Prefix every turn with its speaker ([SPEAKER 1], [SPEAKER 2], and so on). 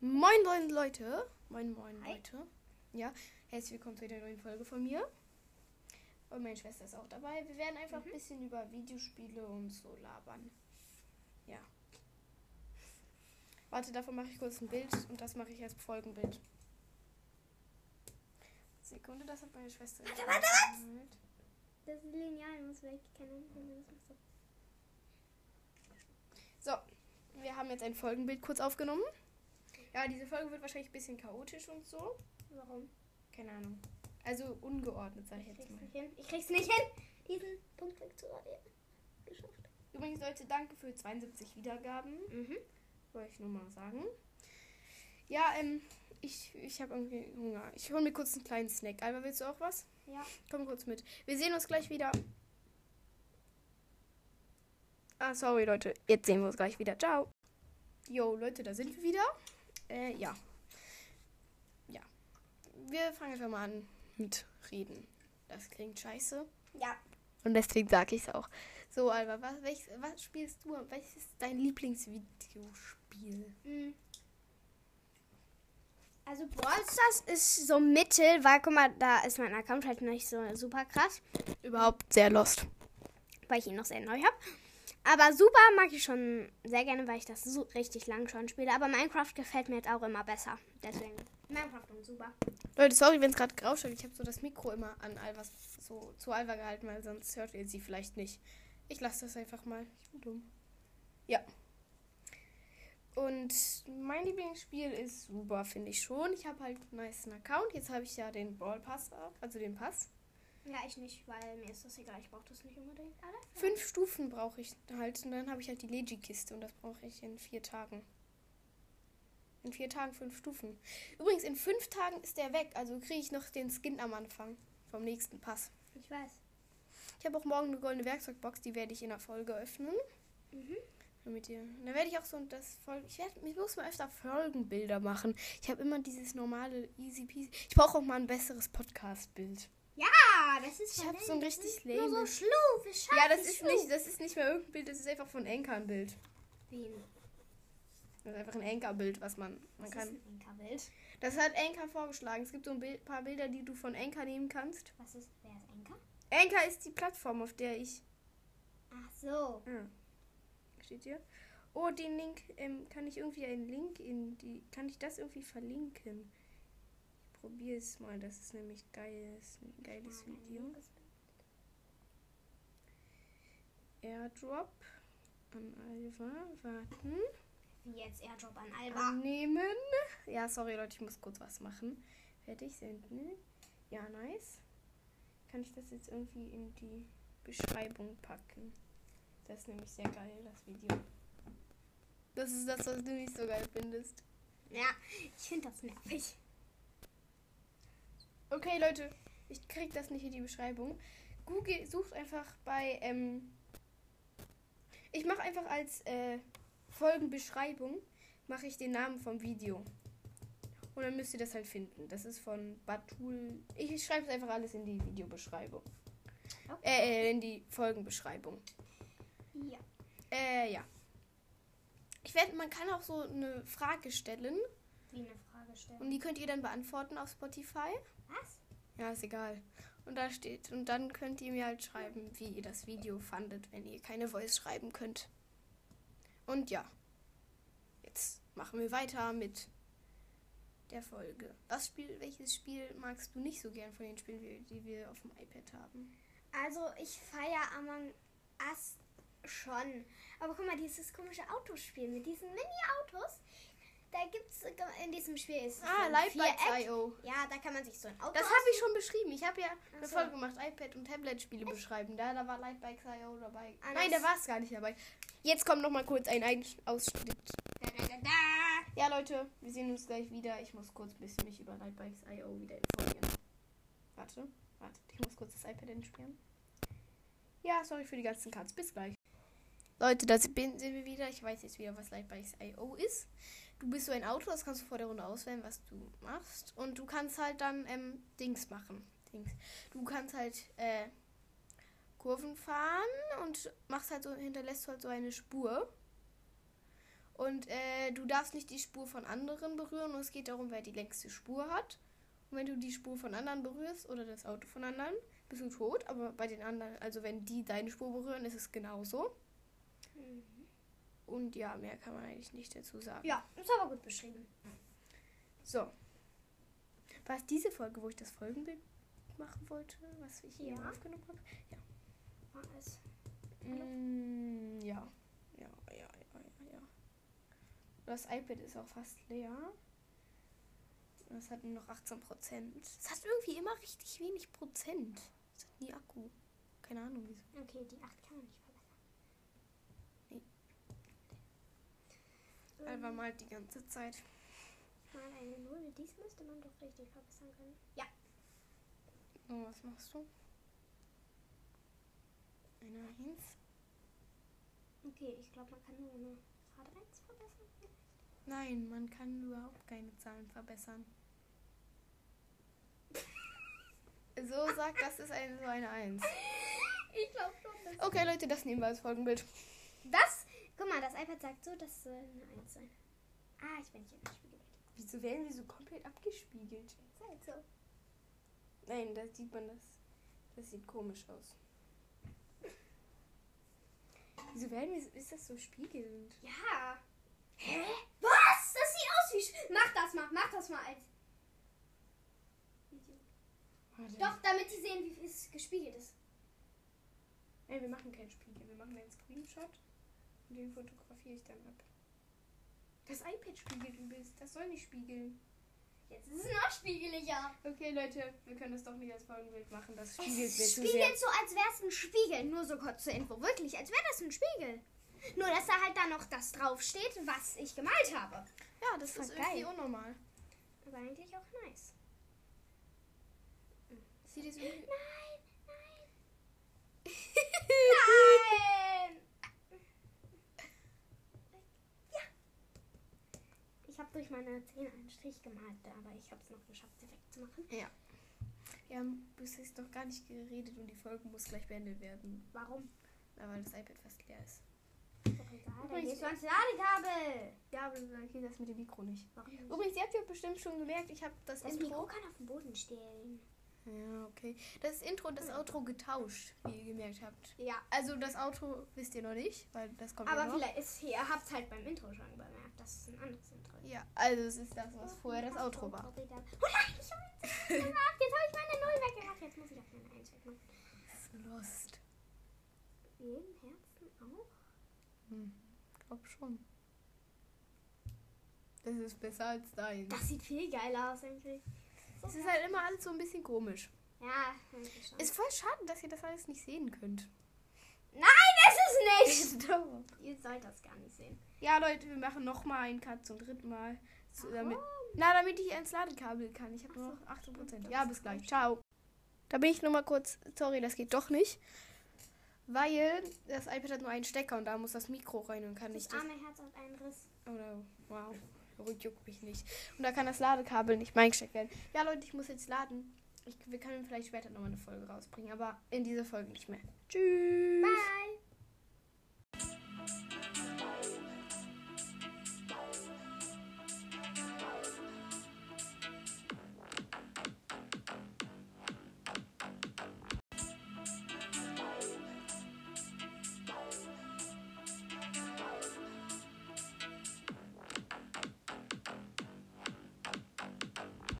[SPEAKER 1] moin Leute. Moin moin
[SPEAKER 2] Hi.
[SPEAKER 1] Leute. Ja, herzlich willkommen zu einer neuen Folge von mir. Und meine Schwester ist auch dabei. Wir werden einfach
[SPEAKER 2] Mhm.
[SPEAKER 1] ein bisschen über Videospiele und so labern. Ja. Warte, davon mache ich kurz ein Bild und das mache ich als Folgenbild. Sekunde, das hat meine Schwester.
[SPEAKER 2] Warte, warte, warte.
[SPEAKER 1] gesammelt.
[SPEAKER 2] Das Lineal muss weg. Keine Ahnung, das macht so.
[SPEAKER 1] So, wir haben jetzt ein Folgenbild kurz aufgenommen. Ja, diese Folge wird wahrscheinlich ein bisschen chaotisch und so.
[SPEAKER 2] Warum?
[SPEAKER 1] Keine Ahnung. Also ungeordnet, sag ich
[SPEAKER 2] ich
[SPEAKER 1] jetzt
[SPEAKER 2] krieg's
[SPEAKER 1] mal.
[SPEAKER 2] nicht hin. Ich krieg's nicht hin, diesen Punkt wegzuradieren. Geschafft.
[SPEAKER 1] Übrigens, Leute, danke für 72 Wiedergaben. Wollte ich nur mal sagen. Ja, ähm, ich, ich habe irgendwie Hunger. Ich hole mir kurz einen kleinen Snack. Alba, willst du auch was?
[SPEAKER 2] Ja.
[SPEAKER 1] Komm kurz mit. Wir sehen uns gleich wieder. Ah, sorry, Leute. Jetzt sehen wir uns gleich wieder. Ciao. Jo, Leute, da sind wir wieder. Äh, ja. Ja. Wir fangen einfach mal an mit Reden. Das klingt scheiße.
[SPEAKER 2] Ja.
[SPEAKER 1] Und deswegen sage ich es auch. So, Alba, was, welches, was spielst du? Welches ist dein Lieblingsvideospiel?
[SPEAKER 2] Mhm. Also
[SPEAKER 3] Brawl Stars ist so mittel, weil guck mal, da ist mein Account halt noch nicht so super krass,
[SPEAKER 1] Überhaupt sehr lost.
[SPEAKER 3] weil ich ihn noch sehr neu habe. Aber super mag ich schon sehr gerne, weil ich das so richtig lang schon spiele. Aber Minecraft gefällt mir jetzt auch immer besser. Deswegen Minecraft und super.
[SPEAKER 1] Leute, sorry, wenn es gerade gerauscht hat. Ich habe so das Mikro immer an Alvas, so zu Alva gehalten, weil sonst hört ihr sie vielleicht nicht. Ich lasse das einfach mal. Ich bin dumm. Ja. Und mein Lieblingsspiel ist super, finde ich schon. Ich habe halt nice einen Account. Jetzt habe ich ja den Brawl Pass, ab, also den Pass.
[SPEAKER 3] Ja, ich nicht, weil mir ist das egal. Ich brauche das nicht unbedingt.
[SPEAKER 1] Fünf Stufen brauche ich halt und dann habe ich halt die Legi-Kiste und das brauche ich in vier Tagen. In vier Tagen fünf Stufen. Übrigens, in fünf Tagen ist der weg, also kriege ich noch den Skin am Anfang vom nächsten Pass.
[SPEAKER 3] Ich weiß.
[SPEAKER 1] Ich habe auch morgen eine goldene Werkzeugbox, die werde ich in der Folge öffnen. Damit ihr. Da werde ich auch so und das Folge. Ich, werd, ich muss mal öfter Folgenbilder machen. Ich habe immer dieses normale Easy Peasy. Ich brauche auch mal ein besseres Podcast-Bild.
[SPEAKER 3] Ah, das ist ne?
[SPEAKER 1] Ich habe so ein richtig lame.
[SPEAKER 3] nur so schluf. Ich schaff
[SPEAKER 1] ja, das
[SPEAKER 3] nicht
[SPEAKER 1] ist
[SPEAKER 3] schluf.
[SPEAKER 1] nicht, das ist nicht mehr irgendein Bild, das ist einfach von Enker ein Bild.
[SPEAKER 3] Wen?
[SPEAKER 1] Das ist einfach ein Enker-Bild, was man. Man
[SPEAKER 3] Das ist
[SPEAKER 1] kann.
[SPEAKER 3] ein Enkerbild.
[SPEAKER 1] Das hat Enker vorgeschlagen. Es gibt so ein Bild, paar Bilder, die du von Enker nehmen kannst.
[SPEAKER 3] Was ist, wer ist Enker?
[SPEAKER 1] Enker ist die Plattform, auf der ich
[SPEAKER 3] Ach so.
[SPEAKER 1] Steht hier? Oh, den Link, ähm, kann ich irgendwie einen Link in die, kann ich das irgendwie verlinken? Ich probiere es mal, das ist nämlich geil, das ist ein
[SPEAKER 3] Ah,
[SPEAKER 1] geiles Video. Airdrop an Alva, warten,
[SPEAKER 3] Wie jetzt Airdrop an Alba.
[SPEAKER 1] annehmen. Ja, sorry Leute, ich muss kurz was machen. Fertig, senden. Ja, nice. Kann ich das jetzt irgendwie in die Beschreibung packen? Das ist nämlich sehr geil, das Video. Das ist das, was du nicht so geil findest.
[SPEAKER 3] Ja, ich finde das nervig.
[SPEAKER 1] Okay, Leute, ich krieg das nicht in die Beschreibung. Google sucht einfach bei. Ähm, ich mache einfach als äh, Folgenbeschreibung mache ich den Namen vom Video. Und dann müsst ihr das halt finden. Das ist von Batul. Ich schreibe es einfach alles in die Videobeschreibung.
[SPEAKER 3] Okay.
[SPEAKER 1] Äh, äh, in die Folgenbeschreibung.
[SPEAKER 3] Ja.
[SPEAKER 1] Äh, ja. Ich werde, man kann auch so eine Frage stellen
[SPEAKER 3] Wie eine Frage stellen.
[SPEAKER 1] und die könnt ihr dann beantworten auf Spotify.
[SPEAKER 3] Was?
[SPEAKER 1] Ja, ist egal. Und da steht, und dann könnt ihr mir halt schreiben, wie ihr das Video fandet, wenn ihr keine Voice schreiben könnt. Und ja, jetzt machen wir weiter mit der Folge. Was Spiel, welches Spiel magst du nicht so gern von den Spielen, die- die wir auf dem iPad haben?
[SPEAKER 3] Also, ich feiere Among Us schon. Aber guck mal, dieses komische Autospiel mit diesen Mini-Autos. Da gibt's äh, in diesem Spiel ist es so ein Viereck.
[SPEAKER 1] by.io.
[SPEAKER 3] Ja, da kann man sich so ein Auto
[SPEAKER 1] Das habe ich schon beschrieben. Ich habe ja eine
[SPEAKER 3] Oh. Ach so.
[SPEAKER 1] Folge gemacht, iPad und Tablet-Spiele beschreiben. Da, da war Lightbikes.io dabei.
[SPEAKER 3] Ah,
[SPEAKER 1] Nein, da
[SPEAKER 3] das-
[SPEAKER 1] war es gar nicht dabei. Jetzt kommt noch mal kurz ein Ein- Ausschnitt
[SPEAKER 3] Da, da, da, da.
[SPEAKER 1] Ja, Leute, wir sehen uns gleich wieder. Ich muss kurz ein bisschen mich über Lightbikes.io wieder informieren. Warte, warte, ich muss kurz das iPad entsperren. Ja, sorry für die ganzen Cuts. Bis gleich. Leute, da sind bin- sind wir wieder. Ich weiß jetzt wieder, was Lightbikes.io ist. Du bist so ein Auto, das kannst du vor der Runde auswählen, was du machst. Und du kannst halt dann ähm, Dings machen. Dings. Du kannst halt äh, Kurven fahren und machst halt so, hinterlässt halt so eine Spur. Und äh, du darfst nicht die Spur von anderen berühren. Und es geht darum, wer die längste Spur hat. Und wenn du die Spur von anderen berührst oder das Auto von anderen, bist du tot. Aber bei den anderen, also wenn die deine Spur berühren, ist es genauso.
[SPEAKER 3] Hm.
[SPEAKER 1] Und ja, mehr kann man eigentlich nicht dazu sagen.
[SPEAKER 3] Ja, ist aber gut beschrieben.
[SPEAKER 1] So. War es diese Folge, wo ich das Folgenbild machen wollte, was ich hier
[SPEAKER 3] Ja.
[SPEAKER 1] aufgenommen habe?
[SPEAKER 3] War Ah, es.
[SPEAKER 1] Mm, ja. Ja, ja, ja, ja, ja. Das iPad ist auch fast leer. Es hat nur noch 18 Prozent. Es hat irgendwie immer richtig wenig Prozent. Es hat nie Akku. Keine Ahnung wieso.
[SPEAKER 3] Okay, die 8 kann man nicht verbessern.
[SPEAKER 1] Nee.
[SPEAKER 3] Ähm,
[SPEAKER 1] Einfach mal die ganze Zeit.
[SPEAKER 3] mal eine Null. Dies müsste man doch richtig verbessern können. Ja.
[SPEAKER 1] So, Oh, was machst du? Eine Eins.
[SPEAKER 3] Okay, ich glaube, man kann nur eine Grad 1 verbessern.
[SPEAKER 1] Nein, man kann überhaupt keine Zahlen verbessern. So sagt, das ist eine, so eine Eins.
[SPEAKER 3] Ich glaube schon. Dass
[SPEAKER 1] Okay, Leute, das nehmen wir als Folgenbild.
[SPEAKER 3] das, guck mal, das iPad sagt so, das soll eine 1 sein. Ah, ich bin nicht im Spiegel.
[SPEAKER 1] Wieso werden die so komplett abgespiegelt?
[SPEAKER 3] Ist halt so.
[SPEAKER 1] Nein, da sieht man das. Das sieht komisch aus. Wieso werden wir, ist das so spiegelnd?
[SPEAKER 3] Ja. Hä? Was? Das sieht aus wie. Sch mach das mal, mach das mal als. Doch, damit die sehen, wie es gespiegelt ist.
[SPEAKER 1] Nein, wir machen keinen Spiegel. Wir machen einen Screenshot und den fotografiere ich dann ab. Das iPad spiegelt übelst. Das soll nicht spiegeln.
[SPEAKER 3] Jetzt ist es noch spiegeliger.
[SPEAKER 1] Okay, Leute, wir können das doch nicht als Folgenbild machen. Das spiegelt mir
[SPEAKER 3] Es
[SPEAKER 1] zu sehr.
[SPEAKER 3] spiegelt so, als wäre es ein Spiegel. Nur so kurz zur Info. Wirklich, als wäre das ein Spiegel. Nur, dass da halt da noch das draufsteht, was ich gemalt habe.
[SPEAKER 1] Ja, das
[SPEAKER 3] Voll
[SPEAKER 1] ist irgendwie
[SPEAKER 3] geil.
[SPEAKER 1] unnormal.
[SPEAKER 3] Aber eigentlich auch nice.
[SPEAKER 1] Sieht das irgendwie
[SPEAKER 3] Nein, nein. nein! Ja. Ich habe durch meine Zähne einen Strich gemalt, aber ich habe es noch geschafft, sie wegzumachen.
[SPEAKER 1] Wir haben bis jetzt noch gar nicht geredet und die Folge muss gleich beendet werden.
[SPEAKER 3] Warum?
[SPEAKER 1] Na, weil das iPad fast leer ist.
[SPEAKER 3] Doch egal, da
[SPEAKER 1] Übrigens-
[SPEAKER 3] geht's ans Ladekabel.
[SPEAKER 1] Ja, aber dann geht das mit dem Mikro nicht.
[SPEAKER 3] Warum
[SPEAKER 1] Übrigens, ihr habt ja bestimmt schon gemerkt, ich habe Mhm. das,
[SPEAKER 3] Das Mikro
[SPEAKER 1] Intro.
[SPEAKER 3] kann auf dem Boden stehen.
[SPEAKER 1] Ja, okay. Das Intro und das Outro getauscht, wie ihr gemerkt habt.
[SPEAKER 3] Ja,
[SPEAKER 1] Also das Outro wisst ihr noch nicht, weil das kommt ja
[SPEAKER 3] aber
[SPEAKER 1] noch.
[SPEAKER 3] vielleicht ist hier, ihr habt es halt beim Intro schon bemerkt, dass es ein anderes Intro ist.
[SPEAKER 1] Ja, also es ist das, was vorher das Outro war.
[SPEAKER 3] Oh nein, ich habe jetzt gemacht. Jetzt habe ich meine Null weggemacht. Jetzt muss ich auch meine Eins wegmachen.
[SPEAKER 1] Lost.
[SPEAKER 3] Im Herzen auch.
[SPEAKER 1] Hm, glaub schon. Das ist besser als dein.
[SPEAKER 3] Das sieht viel geiler aus eigentlich.
[SPEAKER 1] Es ist halt immer alles so ein bisschen komisch.
[SPEAKER 3] Ja, eigentlich schon.
[SPEAKER 1] Ist voll schade, dass ihr das alles nicht sehen könnt.
[SPEAKER 3] Nein, ist es nicht! Ihr sollt das gar nicht sehen.
[SPEAKER 1] ja, Leute, wir machen nochmal einen Cut zum dritten Mal. So, damit, na, damit ich ans Ladekabel kann. Ich habe nur noch 18%. Ja, bis gleich. Ciao. Da bin ich nur mal kurz. Sorry, das geht doch nicht. Weil das iPad hat nur einen Stecker und da muss das Mikro rein und kann
[SPEAKER 3] Das
[SPEAKER 1] nicht. Das
[SPEAKER 3] arme Herz hat einen Riss.
[SPEAKER 1] Oder wow, verrückt juckt mich nicht. Und da kann das Ladekabel nicht reingesteckt werden. Ja, Leute, ich muss jetzt laden. Ich, wir können vielleicht später nochmal eine Folge rausbringen, aber in dieser Folge nicht mehr. Tschüss.
[SPEAKER 3] Bye!